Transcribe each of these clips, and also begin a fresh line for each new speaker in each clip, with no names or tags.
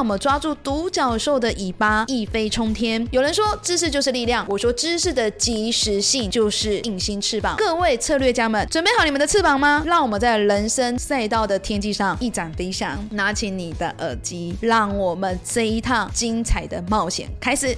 我们抓住独角兽的尾巴，一飞冲天。有人说知识就是力量，我说知识的及时性就是隐形翅膀。各位策略家们，准备好你们的翅膀吗？让我们在人生赛道的天际上一展飞翔。拿起你的耳机，让我们这一趟精彩的冒险开始。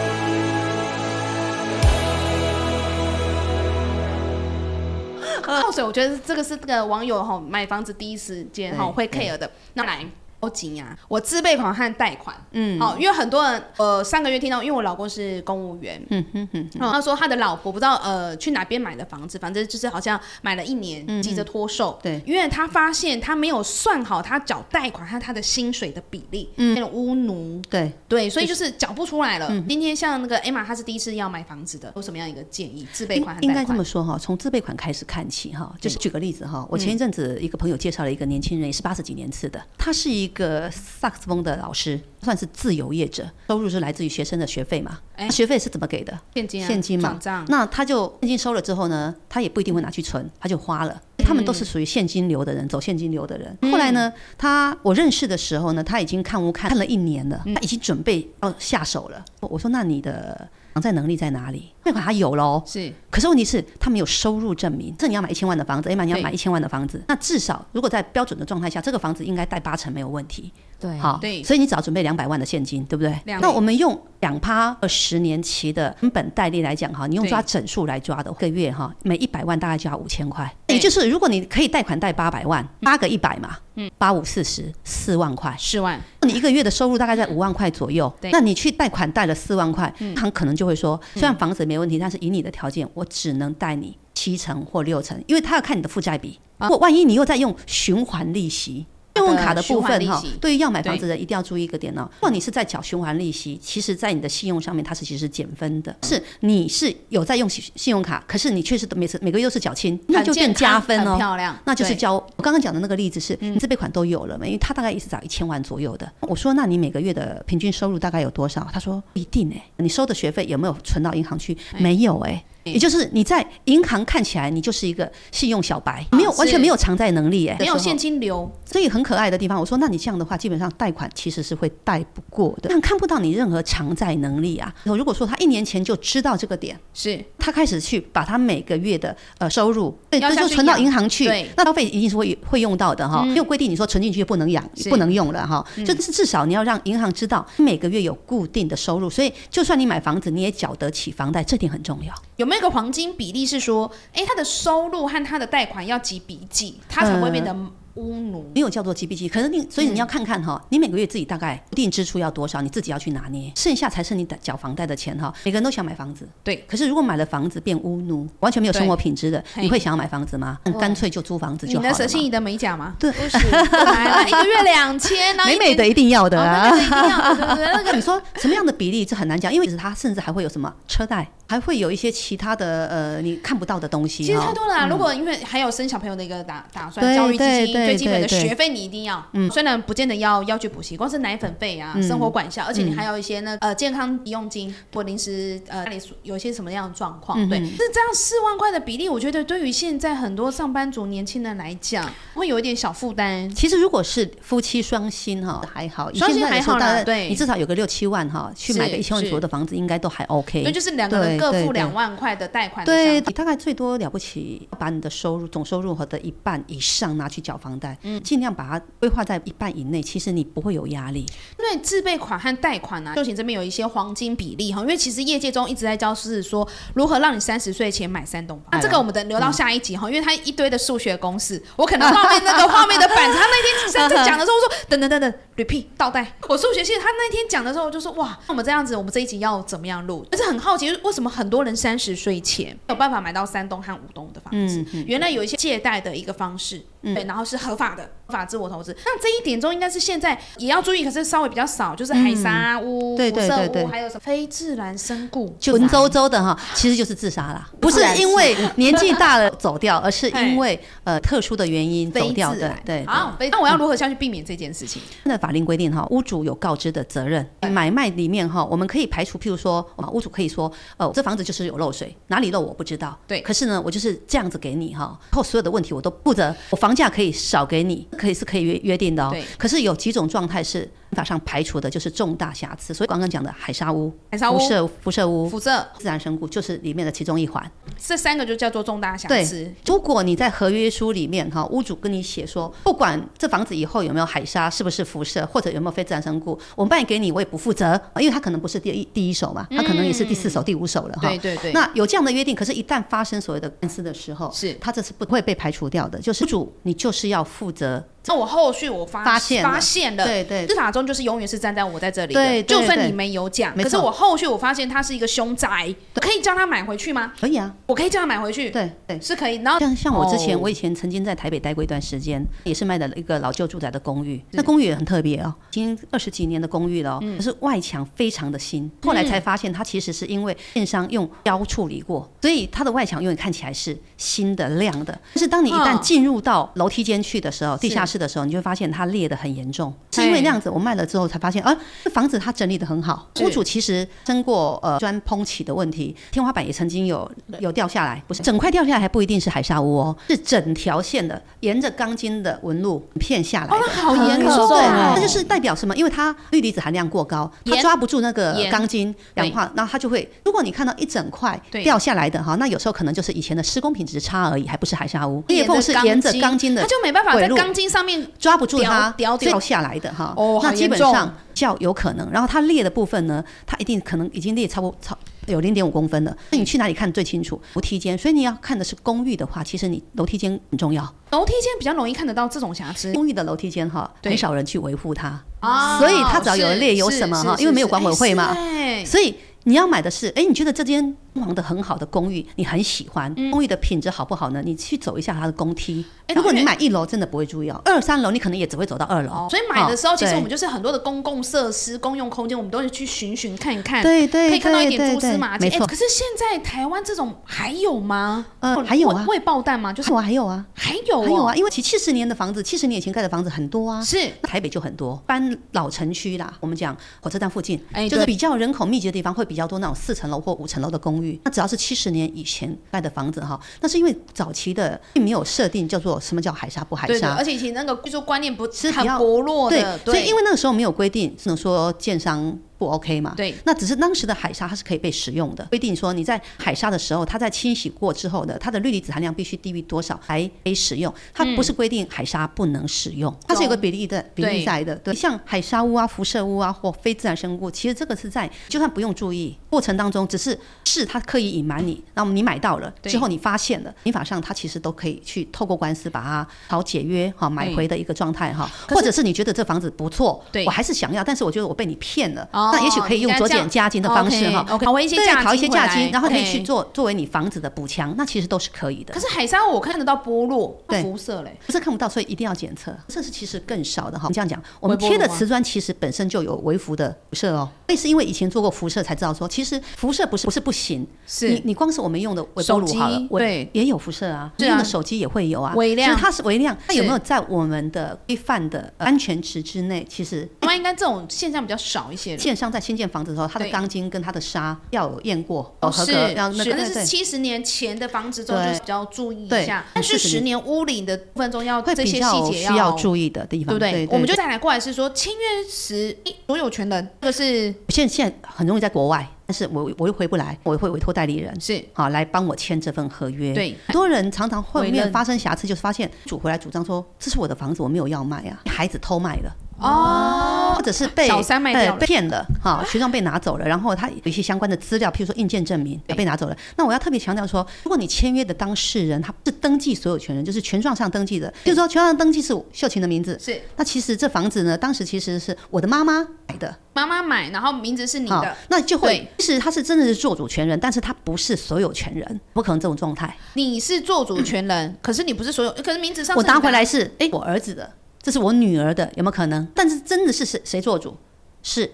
泡水，我觉得这个是这个网友哈买房子第一时间
嗯
哈会 care 的。那来。欧紧呀，我自备款和贷款，嗯，好、因为很多人，呃，上个月听到，因为我老公是公务员，嗯哼哼，他说他的老婆不知道呃去哪边买的房子，反正就是好像买了一年，急着脱售，
嗯对
因为他发现他没有算好他缴贷款和他的薪水的比例，嗯，那种乌奴，
对，
对，所以就是缴不出来了。
嗯
今天像那个 Emma，她是第一次要买房子的，有什么样一个建议？自备
应
款和
应
贷
该这
款
么说哈，从自备款开始看起哈，就是举个例子哈，
嗯
我前一阵子一个朋友介绍了一个年轻人，也是八十几年次的，他是一个萨克斯风的老师，算是自由业者，收入是来自于学生的学费嘛，
哎
学费是怎么给的？
现金啊，
现金嘛
转账，
那他就现金收了之后呢，他也不一定会拿去存，他就花了。他们都是属于现金流的人，走现金流的人。后来呢，他我认识的时候呢，他已经看屋看看了一年了，他已经准备要下手了。我我说那你的偿债能力在哪里？贷款他有喽，
是
可是问题是，他们有收入证明，这你要买一千万的房子，哎妈，你要
对
买一千万的房子，那至少如果在标准的状态下，这个房子应该贷八成没有问题。
对，
好，
对
所以你只要准备两百万的现金，对不对？
两
那我们用两趴二十年期的成本贷率来讲哈，你用抓整数来抓的，一个月哈，每一百万大概就要五千块，
对
也就是如果你可以贷款贷八百万，八个一百嘛，嗯，八五四十，四万块。
四万，
你一个月的收入大概在五万块左右
对，嗯
那你去贷款贷了四万块，银行可能就会说，虽然房子没问题，但是以你的条件，我只能贷你七成或六成，因为他要看你的负债比。
啊
如果万一你又在用循环利息。信用卡的部分
循
哈
环利息，
对于要买房子的人一定要注意一个点哦。如果你是在缴循环利息，其实，在你的信用上面它是其实是减分的。是你是有在用信信用卡，可是你确实每次每个月都是缴清，那就
很健
变加
康
分哦
很。漂亮，
那就是
对嗯
交我刚刚讲的那个例子是，你自备款都有了嘛？因为他大概也是找一千万左右的。我说，那你每个月的平均收入大概有多少？他说不一定哎、你收的学费有没有存到银行去？没有哎、也就是你在银行看起来你就是一个信用小白，没有
啊是
完全没有偿债能力哎、
没有现金流，
所以很可爱的地方，我说，那你这样的话，基本上贷款其实是会贷不过的，
嗯
但看不到你任何偿债能力啊。如果说他一年前就知道这个点，
是
他开始去把他每个月的呃收入，对，
要
这
下
就
去
存到
养
银行去
对。嗯
那消费一定是会会用到的哈，因为规定你说存进去不能养
是，嗯
不能用了哈，就是至少你要让银行知道每个月有固定的收入，所以就算你买房子，你也缴得起房贷，这点很重要。
有没有一个黄金比例是说，哎，他的收入和他的贷款要几比几，他才不会变得乌奴？
没有叫做 GBG，可是你
嗯
所以你要看看哈，你每个月自己大概固定支出要多少，你自己要去拿捏，剩下才是你缴房贷的钱哈。每个人都想买房子，
对。
可是如果买了房子变乌奴，完全没有生活品质的，
嘿
你会想要买房子吗？嗯干脆就租房子就
你
好了
能
嘛。
舍弃你的美甲吗？
对
不行，我来了一个月两千，然后
美
一
美的
年
一定要的啊
哦。那个一定要的对不对？那个
那你说什么样的比例，这很难讲，因为其实它甚至还会有什么车贷，还会有一些其他的呃你看不到的东西。哦
其实
哈嗯
太多了啦。啊如果因为还有生小朋友的一个打打算，
对
教育基金
对对
最基本的
对对嗯
学费你一定要，虽然不见得要要去补习，光是奶粉费啊、生活管校，而
嗯
且你还有一些那呃健康医用金或临时呃家里有一些什么样的状
嗯
况，对，是这样四万块的比例，我觉得对于现在很多上班族年轻人来讲，会有一点小负担。
其实如果是夫妻双薪哈，还好，以
双薪
现在来说
还好啦
大概
对
你至少有个六七万哈，去
是
买个一千万左右的房子，应该都还 OK
所以。就是两个人
对
各
对
付
对
两万块的贷款的
对，
项目，
你大概最多了不起，把你的收入总收入和的一半以上拿去缴房贷，尽量把它规划在一半以内，其实你不会有压力。
因为自备款和贷款啊，就请这边有一些黄金比例哈，因为其实业界中一直在教是说如何让你三十岁前买三栋房。那、这个我们等留到下一集哈，因为它一堆的数学公式，我可能画面那个画面的板子，他那天上次讲的时候我说等等等等， repeat 倒带。我数学系他那天讲的时候，我就说哇，那我们这样子，我们这一集要怎么样录？就是很好奇，为什么很多人三十岁前没有办法买到山东和五东的房
嗯
子？原来有一些借贷的一个方式，对，然后是合法的，合法自我投资。嗯那这一点钟应该是现在也要注意，可是稍微比较少，就是海沙屋、
对
辐
嗯对
射
对
屋
对
还有什么非自然身故，
文绉绉的哈，其实就是自杀啦，不是因为年纪大了走掉，而是因为呃特殊的原因走
非
掉
自
的
然。
对，对
好，非那我要如何下去避免这件事情？
那法令规定哈，屋主有告知的责任。买卖里面哈，我们可以排除，譬如说，啊屋主可以说，呃，这房子就是有漏水，哪里漏我不知道。
对
可是呢，我就是这样子给你哈，后所有的问题我都负责，我房价可以少给你，可以是可以约约定的哦。
对。
可是有几种状态是法上排除的，就是重大瑕疵。所以刚刚讲的海沙屋、
海沙屋
辐射辐射屋、
辐射
自然身故，就是里面的其中一环。
这三个就叫做重大瑕
对
疵。
如果你在合约书里面哈，屋主跟你写说，不管这房子以后有没有海沙，是不是辐射，或者有没有非自然身故，我卖给你，我也不负责，因为他可能不是第一第一手嘛，他可能也是第四手、第五手了哈。
对嗯对对，
那有这样的约定，可是，一旦发生所谓的官司的时候，
是
他这是不会被排除掉的，就是屋主你就是要负责，
那我后续我发
发现了
发现了，
对对
司法中就是永远是站在我在这里的，
对对
就算
对
你没有讲，
没
可
错
是我后续我发现他是一个凶宅，可以叫他买回去吗？
可以啊，
我可以叫他买回去，
对对。
是可以。然后
像像我之前，
哦
我以前曾经在台北待过一段时间，也是卖的一个老旧住宅的公寓。那公寓也很特别哦，已经二十几年的公寓了、哦，
嗯
可是外墙非常的新。后来才发现，它其实是因为电商用胶处理过，所以它的外墙永远看起来是新的亮的。但是当你一旦
嗯
进入到楼梯间去的时候，地下室的时候，你就会发现它裂得很严重。
哎
是因为那样子，我卖了之后才发现，啊，这房子它整理得很好。
是
屋主其实经过呃砖烹起的问题，天花板也曾经有有掉下来，不是整块掉下来还不一定是海沙屋哦，是整条线的，沿着钢筋的纹路片下来
哦，
的。
那好严
很
重
重
啊
哦
对，它就是代表什么？因为它氯离子含量过高，它
盐
抓不住那个
盐
钢筋氧化，然后它就会。如果你看到一整块
对
掉下来的哈，那有时候可能就是以前的施工品质差而已，还不是海沙屋。
沿
裂
着
缝是
钢
沿着
筋
钢筋的
他就没办法在
轨路
钢筋上面，
抓不住它
掉掉
掉下来的哈。
哦好
那
严
基本
重
上较有可能。然后它裂的部分呢，它一定可能已经裂超过超。有零点五公分的，那你去哪里看最清楚？楼梯间，所以你要看的是公寓的话，其实你楼梯间很重要。
楼梯间比较容易看得到这种瑕疵
公寓的楼梯间哈，
对
很少人去维护它，
啊
所以它只要有裂有什么哈因为没有管委会
哎
嘛
对，
所以你要买的是，哎，你觉得这间装潢的很好的公寓，你很喜欢，公寓的品质好不好呢？你去走一下它的公梯。
嗯哎
如果你
对
买一楼，真的不会注意哦，二三楼你可能也只会走到二楼
哦。所以买的时候，
哦
其实
对
我们就是很多的公共设施、公用空间，我们都会去寻寻看看，
对对
可以看到一
对
点蛛
对
丝
对
马迹。
没
哎
错
可是现在台湾这种还有吗？
呃
哦
还有啊
未未爆弹吗？就是
我还有啊，
还有
还有
哦
啊，因为其七十年的房子，七十年以前盖的房子很多啊。
是
那台北就很多，搬老城区啦，我们讲火车站附近，
哎
就是
对
比较人口密集的地方，会比较多那种四层楼或五层楼的公寓。那只要是七十年以前盖的房子哈，那是因为早期的并没有设定叫做什么叫海沙不海
对的，
沙
而，且以前那个居住观念不
是比
很
较
薄弱的，
所以因
为
为那个时候没有规定，只能说建商不 OK 嘛。
对，
那只是当时的海沙它是可以被使用的，规定说你在海沙的时候，它在清洗过之后呢，它的氯离子含量必须低于多少才可以使用，它不是规定海沙不能使用，它是有个比例的比例在的。对，像海沙屋啊、辐射屋啊或非自然生物，其实这个是在就算不用注意过程当中，只是是它刻意隐瞒你，那么你买到了
对
之后你发现了，民法上它其实都可以去透过官司把它好解约哈买回的一个状态哈，
可是
或者是你觉得这房子不错
对，
我还是想要，但是我觉得我被你骗了，
哦
那也许可以用酌减加金的方式哈。
，OK，讨回一些
对，
价，
讨一些价金，然后可以去
OK。
做作为你房子的补强，那其实都是可以的
可。是海沙我看得到剥落，那
对
辐射嘞，
可是看不到，所以一定要检测。这是其实更少的哈。我们这样讲，我们
微波
贴的
炉啊
瓷砖其实本身就有微辐的辐射哦。所以是因为以前做过辐射才知道说，其实辐射不是不是不行，你
是
你光是我们用的微波
手
炉
机
好了，微
对
也有辐射啊，
是啊
用的手机也会有啊，
微量
所以它是微量。那有
是
没有在我们的规范的呃安全值之内？其实
台湾应该这种现象比较少一些了。
建商在新建房子的时候，它的
对哦
钢筋跟它的沙要有验过，有哦合
是
格，要那
是
个
那
对
是
对。
七十年前的房子中，
对
就是比较注意一
对
下。但是
40
十年屋龄的部分中，要
会
这
比
些
较
细
需
节
要注意的地
对
方，
不
对
对？？我们就再来过来是说侵约时所有权人，这个是
现现在很容易在国外，但是我我又回不来，我会委托代理人
是
好来帮我签这份合约。，
对
很多人常常后
委任
面发生瑕疵，就是发现主回来主张说这是我的房子，我没有要卖啊，孩子偷卖了。
哦，
或者是被
小三卖掉
对
了
被骗了哈，学状被拿走了，然后他有一些相关的资料，譬如说印鉴证明被拿走了。那我要特别强调说，如果你签约的当事人他是登记所有权人，就是权状上登记的，就是说权状上登记是秀琴的名字，
是
那其实这房子呢，当时其实是我的妈妈买的，
妈妈买，然后名字是你
好
的，
那就会
对
其实他是真的是做主权人，但是他不是所有权人，不可能这种状态。
你是做主权 人，可是你不是所有，可是名字上
我
是你
拿
的
回来是哎、我儿子的，这是我女儿的，有没有可能？但是真的是谁谁做主？是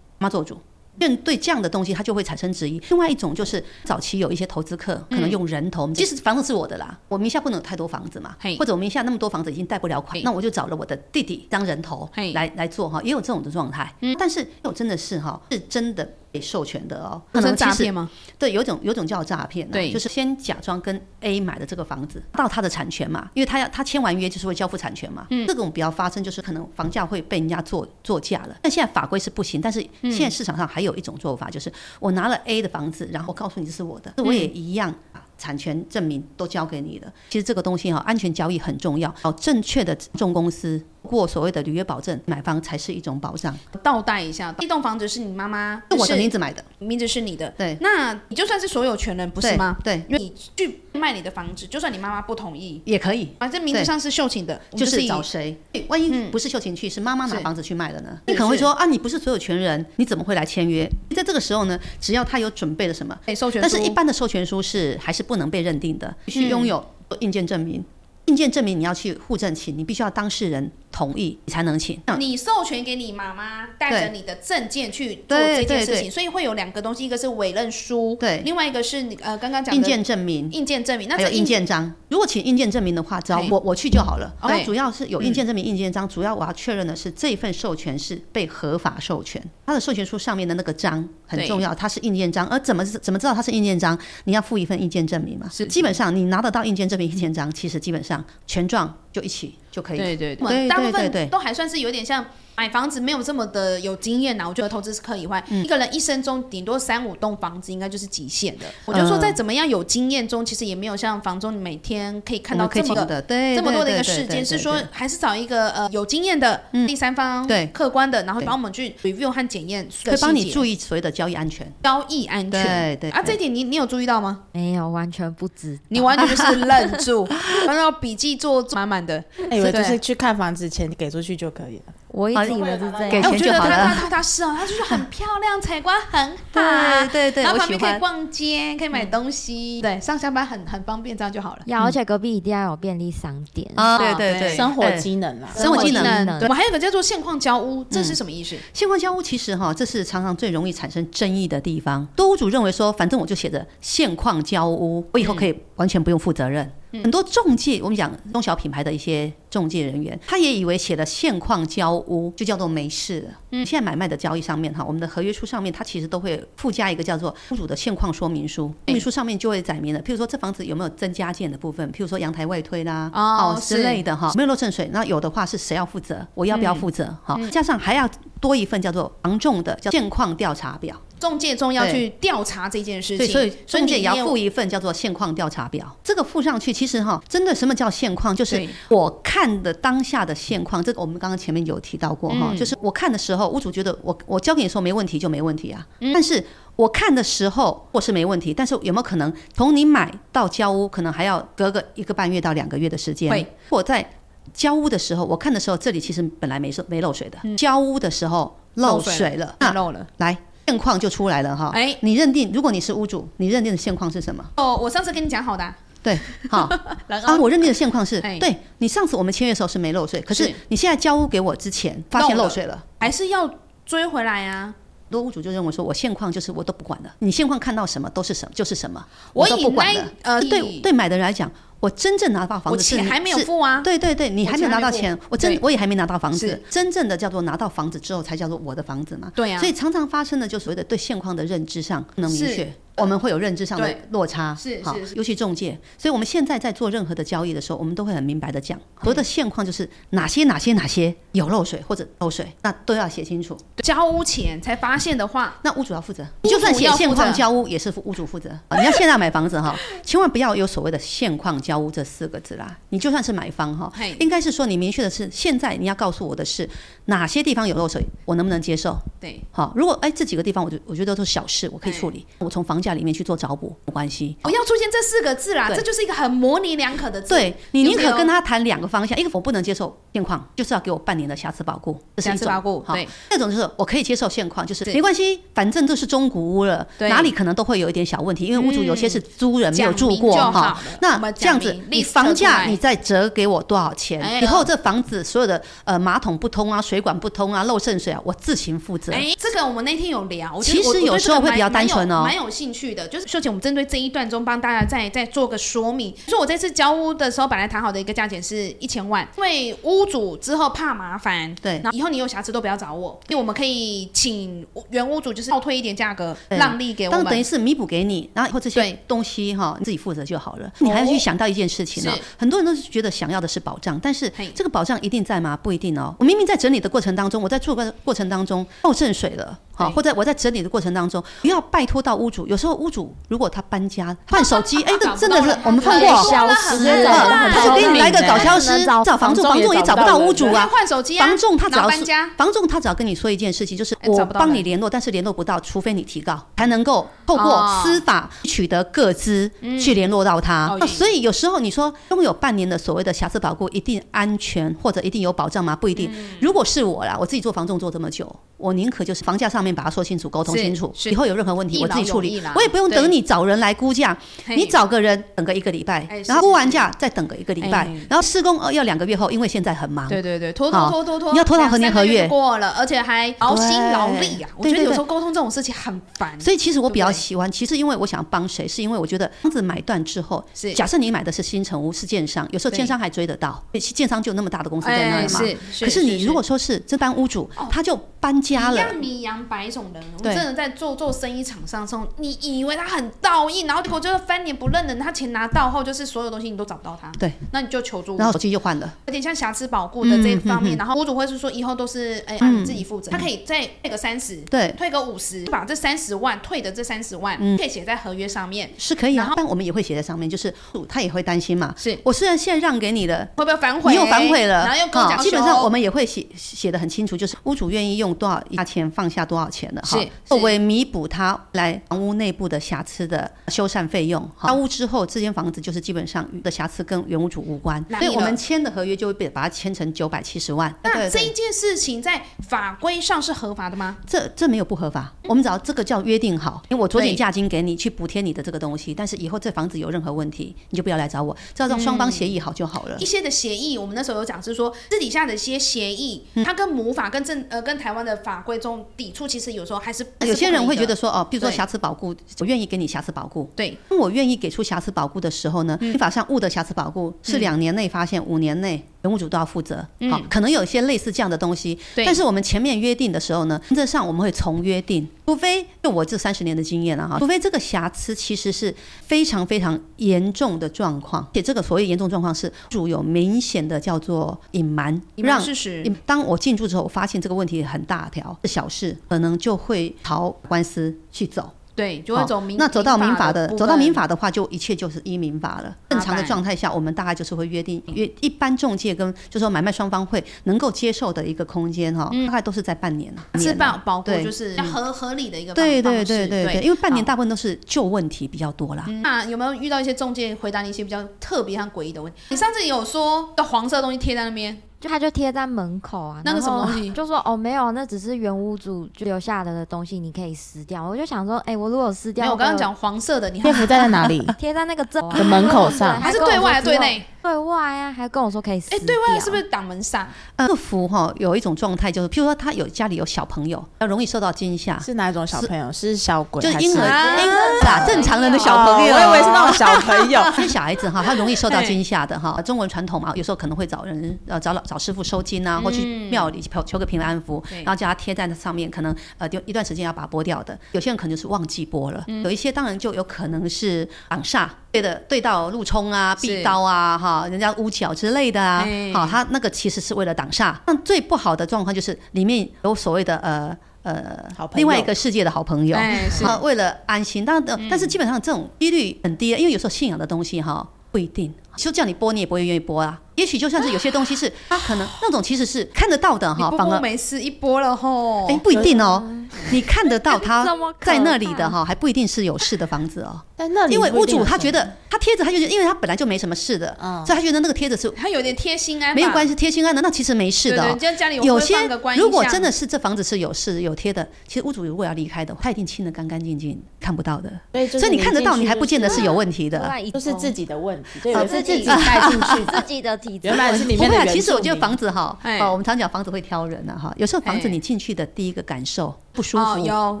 妈做主。面对这样的东西，他就会产生质疑。另外一种就是早期有一些投资客可能用人头，即使房子是我的啦，我名下不能有太多房子嘛
嗯嘿，
或者我名下那么多房子已经贷不了款
嘿，
那我就找了我的弟弟当人头
嘿嗯
来来做哈，也有这种的状态。但是有真的是哈，是真的被授权的哦，可
不是
能其
诈
实
骗吗？
对，有种有种叫诈骗、啊，
对
就是先假装跟 A 买的这个房子到他的产权嘛，因为他要他签完约就是会交付产权嘛，这种比较发生就是可能房价会被人家做做价了。但现在法规是不行，但是现在市场上还有一种做法，就是我拿了 A 的房子，然后我告诉你这是我的，我也一样。把产权证明都交给你了。其实这个东西哈、安全交易很重要。哦，正确的重公司过所谓的履约保证，买方才是一种保障。
倒带一下，一栋房子是你妈妈，
是我的
是
名字买的，
名字是你的，
对，
那你就算是所有权人，不是
对
吗？？
对，
因为你去卖你的房子，就算你妈妈不同意，
也可以。
反正名字
对
上是秀琴的，我们
就
就是
是
以
找谁？万一不是秀琴去，是妈妈拿
是
房子去卖的呢？
是
你可能会说啊，你不是所有权人，你怎么会来签约？在这个时候呢，只要他有准备了什么，
哎授权
但
书，嗯
是一般的授权书是还是不能被认定的，必须拥有印鉴证明。印鉴证明你要去户政请，你必须要当事人同意，你才能请。嗯
你授权给你妈妈带
对
着你的证件去做这
对
件
对
事情，
对
所以会有两个东西，一个是委任书，
对
另外一个是你呃刚刚讲的
印鉴证明
印鉴证明。那
还
这
有印鉴章。如果请印鉴证明的话，只要
对
我我去就好了。
哦
然后主要是有印鉴证明、印鉴章，主要我要确认的是这一份授权是被合法授权，它的授权书上面的那个章很
对
重要，它是印鉴章。而怎么怎么知道它是印鉴章？你要附一份印鉴证明嘛。
是
基本上你拿得到印鉴证明、印鉴章，其实基本上权状就一起就可以。
对对
对
大部
对对
分
对
都还算是有点像买房子没有这么的有经验呐。我觉得投资客以外，
嗯
一个人一生中顶多三五栋房子应该就是极限的。我就说
嗯
在怎么样有经验中，其实也没有像房中你每天可以看
我
到
们可以
这么的
请的对
这么多的一个
对对
事
对
件，
对
是
对
说
对
还是找一个呃有经验的第三方
对
客观的，然后
对
帮我们去 review 和检验各
可以帮
细
你
节
注意所谓的交易安全。
交易安全。
对对
啊，
对
这一点你你有注意到吗？
没有，完全不知道。
你完全就是愣 住，然后笔记做满满的。
哎
以为就
对
是去看房子前给出去就可以了。
我一
好
直以为是这
给
哎，
样。
我觉
钱就
得
好
他他
了
他他是哦，他就是 很漂亮，采光很好，
对对对
然后
我
旁
喜
边可以
欢嗯
逛街，可以买东西，对，上下班很很方便，这样就好了。
要，而且隔壁一定要有便利商店。
啊
对
对
对
对，
生活
哎
机能啦，
生活技能嗯
能
对我们还有一个叫做现况交屋，这是什么意思？
现况交屋其实哈，这是常常最容易产生争议的地方。多屋主认为说，反正我就写着现况交屋，我以后可以完全不用负责任。很多中介，我们讲中小品牌的一些中介人员，他也以为写了现况交屋就叫做没事了。现在买卖的交易上面哈，我们的合约书上面，它其实都会附加一个叫做屋主的现况说明书，说明书上面就会载明了，譬如说这房子有没有增加件的部分，譬如说阳台外推啦，
哦是
之类的哈，没有漏渗水，那有的话是谁要负责，我要不要负责哈？加上还要多一份叫做房仲的叫现况调查表，
中介中要
对
去调查这件事
对，
情，
所以中介也要
你
附一份叫做现况调查表。这个附上去，其实哈，真的什么叫现况？就是
对
我看的当下的现况。这个我们刚刚前面有提到过哈，
嗯
就是我看的时候，屋主觉得我我交给你说没问题就没问题啊，
嗯
但是。我看的时候我是没问题，但是有没有可能从你买到交屋，可能还要隔个一个半月到两个月的时间？
会，
我在交屋的时候，我看的时候，这里其实本来没漏没漏水的，交屋的时候漏
嗯漏水
水了，
漏
那
漏了。
来现况就出来了哈。
哎
你认定，如果你是屋主，你认定的现况是什么？
哦，我上次跟你讲好的啊，
对，好
然
啊，我认定的现况是
哎，
对你上次我们签约的时候是没漏水，可
是
是你现在交屋给我之前发现漏水了。
还是要追回来啊。
很多屋主就认为说，我现况就是我都不管了，你现况看到什么都是什么，就是什么，
我
都
以
不管
那
了。
呃
对对，买的人来讲，我真正拿到房
我
子是
钱
你
还没有
是
付啊，
对对对，你
我
还没有
钱还
拿到
没付
钱，我真
对
我也还没拿到房子
是，
真正的叫做拿到房子之后才叫做我的房子嘛。
对啊
所以常常发生的就所谓的对现况的认知上不能明
是
确，我们会有认知上的
对
落差，
是
好
是是
尤其中介，所以我们现在在做任何的交易的时候，我们都会很明白的讲，所谓的现况就是哪些哪些哪些有漏水或者漏水，那都要写清楚。
交屋前才发现的话，
那屋主要负责，
屋主
就算写
要负责
现况交屋也是屋主负责。啊你要现在买房子哈，千万不要有所谓的现况交屋这四个字啦。你就算是买方哈
嘿，
应该是说你明确的是，现在你要告诉我的是哪些地方有漏水，我能不能接受？
对，
好，如果哎这几个地方我就我觉得都是小事，我可以处理，我从房价里面去做找补，没关系。
不哦要出现这四个字啦，
对
这就是一个很模棱两可的字。
对你
有
宁
没有
可跟他谈两个方向，一个我不能接受现况，就是要给我半年的瑕疵保固，这是一
瑕疵
种
保固
好
对，
那种就是我可以接受现况，就是
对
没关系，反正都是中古屋了，
对
哪里可能都会有一点小问题，因为屋主有些是租人没有
讲
住
明
过
就好
哈
了。我
那
们
这样
讲
子
明，
你
list
房
出
价
来
你再折给我多少钱
哎？呦
以后这房子所有的呃马桶不通啊、水管不通啊、漏渗水啊，我自行负责。
哎，这个我们那天有聊，我觉
其
得我
实
我对
有时候
这个
会比较
蛮
单纯哦
蛮有蛮有兴趣的。就是秀姐，我们针对这一段中帮大家再再做个说明。就是我这次交屋的时候，本来谈好的一个价钱是一千万，因为屋主之后怕麻烦，
对
然后以后你有瑕疵都不要找我，因为我们可以请原屋主就是倒退一点价格，
对
让利给我
当等于
们。
是弥补给你，然后以后这些
对
东西哈，你自己负责就好了。你还要去想到一件事情哦
是，
很多人都是觉得想要的是保障，但是
嘿
这个保障一定在吗？不一定哦。我明明在整理的过程当中，我在做的过程当中漏渗水了，好，
对
或者我在整理的过程当中，不要拜托到屋主。有时候屋主如果他搬家换手 机，哎，
找
这
不
真
到
的是
人
我们碰
对
过。
消
消
失
失
了
了他就给你来
哎
个搞消失，找房仲，房仲也找不到屋主
我
啊
要。换手机啊，
房仲他只
然后
要
搬家，
房仲他只要跟你说一件事情，就是
哎找
我
不到人
帮你联络，但是联络不到，除非你提告，才能够透过
哦嗯
司法取得个资去联络到他。
哦
那所以有时候你说拥有半年的所谓的瑕疵保固，一定安全或者一定有保障吗？不一定。
嗯
如果是我啦，我自己做房仲做这么久，我宁可就是房价上面把它说清楚，沟通
是
清楚，
是
以后有任何问题
一
我
劳
自己处
永逸
理
啦，
我也不用
对
等你找人来估价，
嘿
你找个人等个一个礼拜
哎，
然
是
后估完
是
价再等个一个礼拜
哎，
然后施工呃要两个月后，因为现在很忙，
对对对，拖拖
好
拖拖拖，
你要拖到何年何月
两三个就过了，而且还劳心
对
劳力啊！我
对
觉得
对
有
对
时候沟通这种事情很烦。
所以其实我比较
对不对
喜欢，其实因为我想帮谁，是因为我觉得房子买断之后
是，
假设你买的是新城屋，是建商，有时候
对
建商还追得到，其实建商就有那么大的公司在那
哎，
儿嘛。
是，哦
可是你如果说是这般屋主，他就搬家
一
了，
样米养百种人，我
对
真的在做做生意场上的时候，你以为他很道义，然后结果就是翻脸不认人，他钱拿到后就是所有东西你都找不到他，
对，
那你就求助。
然后手机嗯就换了。
有点像瑕疵保固的这一方面，然后屋主会是说以后都是哎、啊
嗯
你自己负责，他可以再退个三十，
对
退个五十，把这三十万退的这三十万、
嗯
可以写在合约上面，
是可以
然
啊
后，
但我们也会写在上面，就是他也会担心嘛。
是
我虽然现在让给你了，
会不会反悔？
你又反悔了，
然后又跟我
啊
讲说，
基本上我们也会写写的很清楚，就是屋主愿意用多少价钱放下多少钱的哈
是，
作为弥补他来房屋内部的瑕疵的修缮费用。哈交屋之后，这间房子就是基本上的瑕疵跟原屋主无关，
哪里
所以
了
我们签的合约就会被把它签成九百七十万。
那
对
这
对
一件事情在法规上是合法的吗？
这这没有不合法，我们只要这个叫约定好，因为我酌
对
减价金给你去补贴你的这个东西，但是以后这房子有任何问题，你就不要来找我，只要让双方协议好就好了
一。些的协议，我们那时候有讲是说，私底下的一些协议，
嗯
它跟母法跟政呃跟台湾的法规中抵触，其实有时候还是
有些人会觉得，说，哦，比如说
对
瑕疵保固，我愿意给你瑕疵保固。
还是不可以的
当我愿意给出瑕疵保固的时候呢，
嗯
民法上物的瑕疵保固是两年内发现，五年内原物主都要负责。好，可能有一些类似这样的东西，
嗯对
但是我们前面约定的时候呢，原则上我们会从约定，除非就我这三十年的经验了、哈，除非这个瑕疵其实是非常非常严重的状况，而且这个所谓严重状况是主有明显的叫做隐瞒，
对，隐瞒
让
事实，
因当我进驻之后，我发现这个问题很大条，是小事，可能就会朝官司去走。
对，就会走
好
民、
那走到民法
的
的
部，分，
走到民法的话，就一切就是依民法了。正常的状态下，我们大概就是会约定约一般中介跟就说买卖双方会能够接受的一个空间哈，大概都是在半年啊。
自
半年
保
啊
保护
对
就是要合合理的一个方
对
方
对
式
对对
对
对，因为半年
好嗯
大部分都是旧问题比较多啦。
那有没有遇到一些中介回答你一些比较特别和诡异的问题？你上次有说的黄色的东西贴在那边，
就他就贴在门口啊，
那个
然后
什么东西
就说哦没有，那只是原屋主留下的东西，你可以撕掉。我就想说，哎、我如果撕
没
掉，
有，我刚刚
的
讲黄色的，你还
蝙蝠站在哪里？
贴在那个正啊
的门口上
还是对外还是对？内？
对外啊，还跟我说可以撕
哎，
掉。
对外是不是挡门煞？
呃，客服哈有一种状态就是，譬如说他有家里有小朋友，要容易受到惊吓，
是哪一种小朋友？是小鬼
就
还
是
是
婴儿
啊
婴儿啊，正常人的小朋友。
哦我以为是那种小朋友。
这些小孩子哈，他容易受到惊吓的哈。中国人传统嘛，有时候可能会找人呃找老找师傅收金啊，或去庙里求求个平安符，
对
然后叫他贴在那上面，可能呃丢一段时间要把它剥掉的。有些人可能就是忘记剥了，有一些当然就有可能是挡煞，对的，对到路冲啊、
是
壁刀啊、哈人家屋角之类的啊
哎，
好，他那个其实是为了挡煞。那最不好的状况就是里面有所谓的呃呃
好朋
另
友
外一个世界的好朋友，
哎是
啊，为了安心，但、呃但是基本上这种几率很低，因为有时候信仰的东西哈不一定，就叫你播你也不会愿意播啊。也许就算是有些东西是它可能那种其实是看得到的
你
哈，
不
反
播
而
没事，一播了吼
哎、，不一定哦，你看得到它
这么可
在那里的
怕
哈，还不一定是有事的房子哦，
但那里
因为
不一
屋
定
主
有
他
神
觉得他贴着他就觉得，因为他本来就没什么事的，
嗯
所以他觉得那个贴着是
他有点贴心安，
没有关
系，
系，贴心安的，那其实没事
对
的、哦
对，。就家里
有
会
些
放个观音
如果
像
真的是这房子是有事有贴的，其实屋主如果要离开的话，他一定清的干干净净，看不到的。
对，就是
所以你看得到，
进
你
去
还
就
不见得
是
是有问题
突
的。
然一
就是
冲
自己的问题，对，
呃
有
自
是自
己
己带进去
自
的。
己的体质
原来是里
不
面
会
的
啊，
原
其实我觉得
住民
房子哈，
哎
哦，我们常讲房子会挑人啊哈，有时候房子
哎
你进去的第一个感受不舒
哦，
服。
有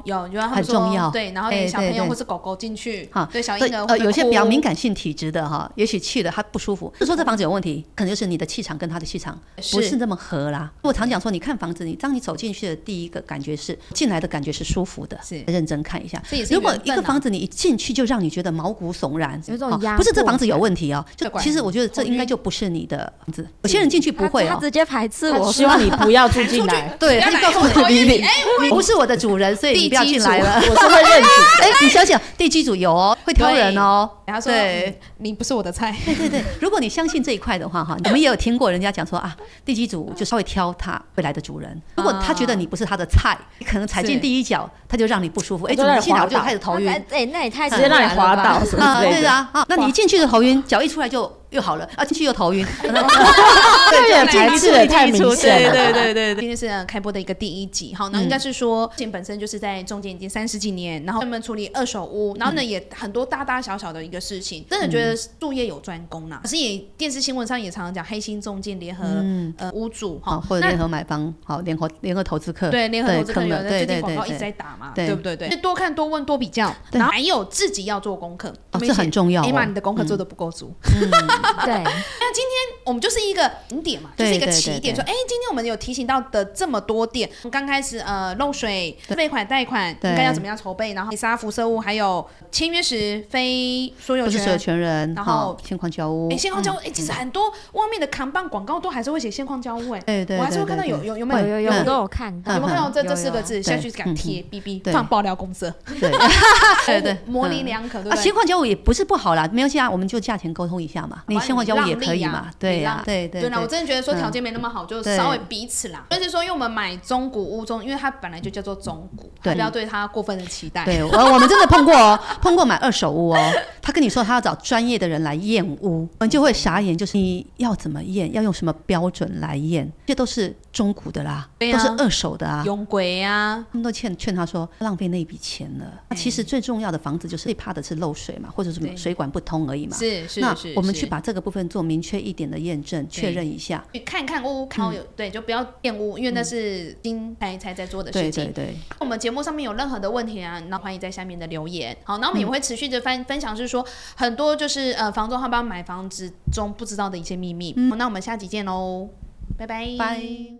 有，有他们
很
说
重要
对，然后连
哎
小
对
朋友
对
或是狗狗进去，
哈，
对小
所
婴
以
儿
呃，
会
有些
哭
比较敏感性体质的哈，也许去了他不舒服，就说这房子有问题，可能就是你的气场跟他的气场
是
不是那么合啦。我常讲说，你看房子，你当你走进去的第一个感觉是进来的感觉是舒服的，
是
认真看一下。
这也是
如果
缘
一
分
个
啊
房子你一进去就让你觉得毛骨悚然，
有种
哦
压
不是这
迫
房子有问题哦，就
这管
其实我觉得这应该就不是你的房子。有些人进去不会
他
哦
他，直接排斥
他
我，
希望你不要住进 来，
对，哎
不要
他就
来
告诉
我 讨
你
厌
你
你
你你不是我的主人，所以
地
你不要
基
进
主
来了。
我是会认主。
哎，你想想，地基主有哦，会挑人哦。
然后说
对
嗯你不是我的菜，
对对对，如果你相信这一块的话，哈，我们也有听过人家讲说啊，地基主就稍微挑他未来的主人，如果他觉得你不是他的菜，你可能踩进
啊是
第一脚，他就让你不舒服，哎，
就
怎
让
么
你
进来我就
滑倒
开始头
他
晕
才，哎、那也太
直接让你
突然
滑
了吧
倒什么
啊，
之类
对
的。
啊，啊，那你一进去就头晕，脚一出来就又好了，啊，进去又头晕，
这点
进
排
一
斥
出
的
一
太
进一
明
出
显了。
对对对，今天是呃开播的一个第一集，好，那
嗯
应该是说，事情本身就是在中间已经三十几年，然后专门处理二手
嗯
屋，然后呢也很多大大小小的一个事情，真的觉得术业有专攻啊啦。可是也电视新闻上也常常讲黑心中介联合呃屋主
嗯好，
哈，
哦或者
那
联合买方，好，联合联合投资客，
对联合投资可
坑
能有
了，
在最
对
近
对
广
对
哦告一直
对，
在打嘛，
对
对不对？对，就多看多问多比较，
对
然后还有自己要做功课，
哦这很重要哦
哎妈，你的功课做的不够足，
对，
我们就是一个顶点嘛，就
对
是一个
对
起
对
点，
对
说，哎，今天我们有提醒到的这么多点，刚开始呃漏水、备款、贷款应
对
该要怎么样筹备，然后美沙辐射物，还有签约时非所有
嗯不是所有
权。
权人，
然
好
后
现况交屋嗯
哎，，现况交屋，哎，其实很多外面的扛棒广告都还是会写现况交屋，哎，
对对，
我还是会
对
看到
对
有
对
有有没
有
有
有
有
有
没
我都
有
有看到，
嗯
看到这这四个
有有
字下去敢贴 BB
对
放爆料公社，
对对对，
哦模棱
嗯
两可，对不
啊，现
对？
况交屋也不是不好啦，没关系啊，我们就价钱沟通一下嘛。你现况交屋也可以嘛，对呀、
啊
对对
对啦，我
对。嗯
真的觉得说条件没那么好，就
对
稍微彼此啦。但是说，因为我们买中古屋中，因为它本来就叫做中古，
对
不要对它过分的期待。
对，我我们真的碰过哦， 碰过买二手屋哦，他跟你说他要找专业的人来验屋，我们就会傻眼，就是你要怎么验，要用什么标准来验，这都是中古的啦，
对啊
都是二手的啊。
永鬼啊，
他们都劝劝他说浪费那一笔钱了。其实最重要的房子就是最怕的是漏水嘛，或者什
对
么水管不通而已嘛。
是是
啊那
是，
我们
是
去把这个部分做明确一点的验证，确认一下。
去看看屋
嗯
靠有对，就不要玷污，因为那是今才才在做的
对
事
对
情。
对。
我们节目上面有任何的问题啊，那欢迎在下面的留言。好，那我们也会持续的分分享，是说很多就是呃房东他帮买房子中不知道的一些秘密。那我们下集见喽，拜拜，
拜。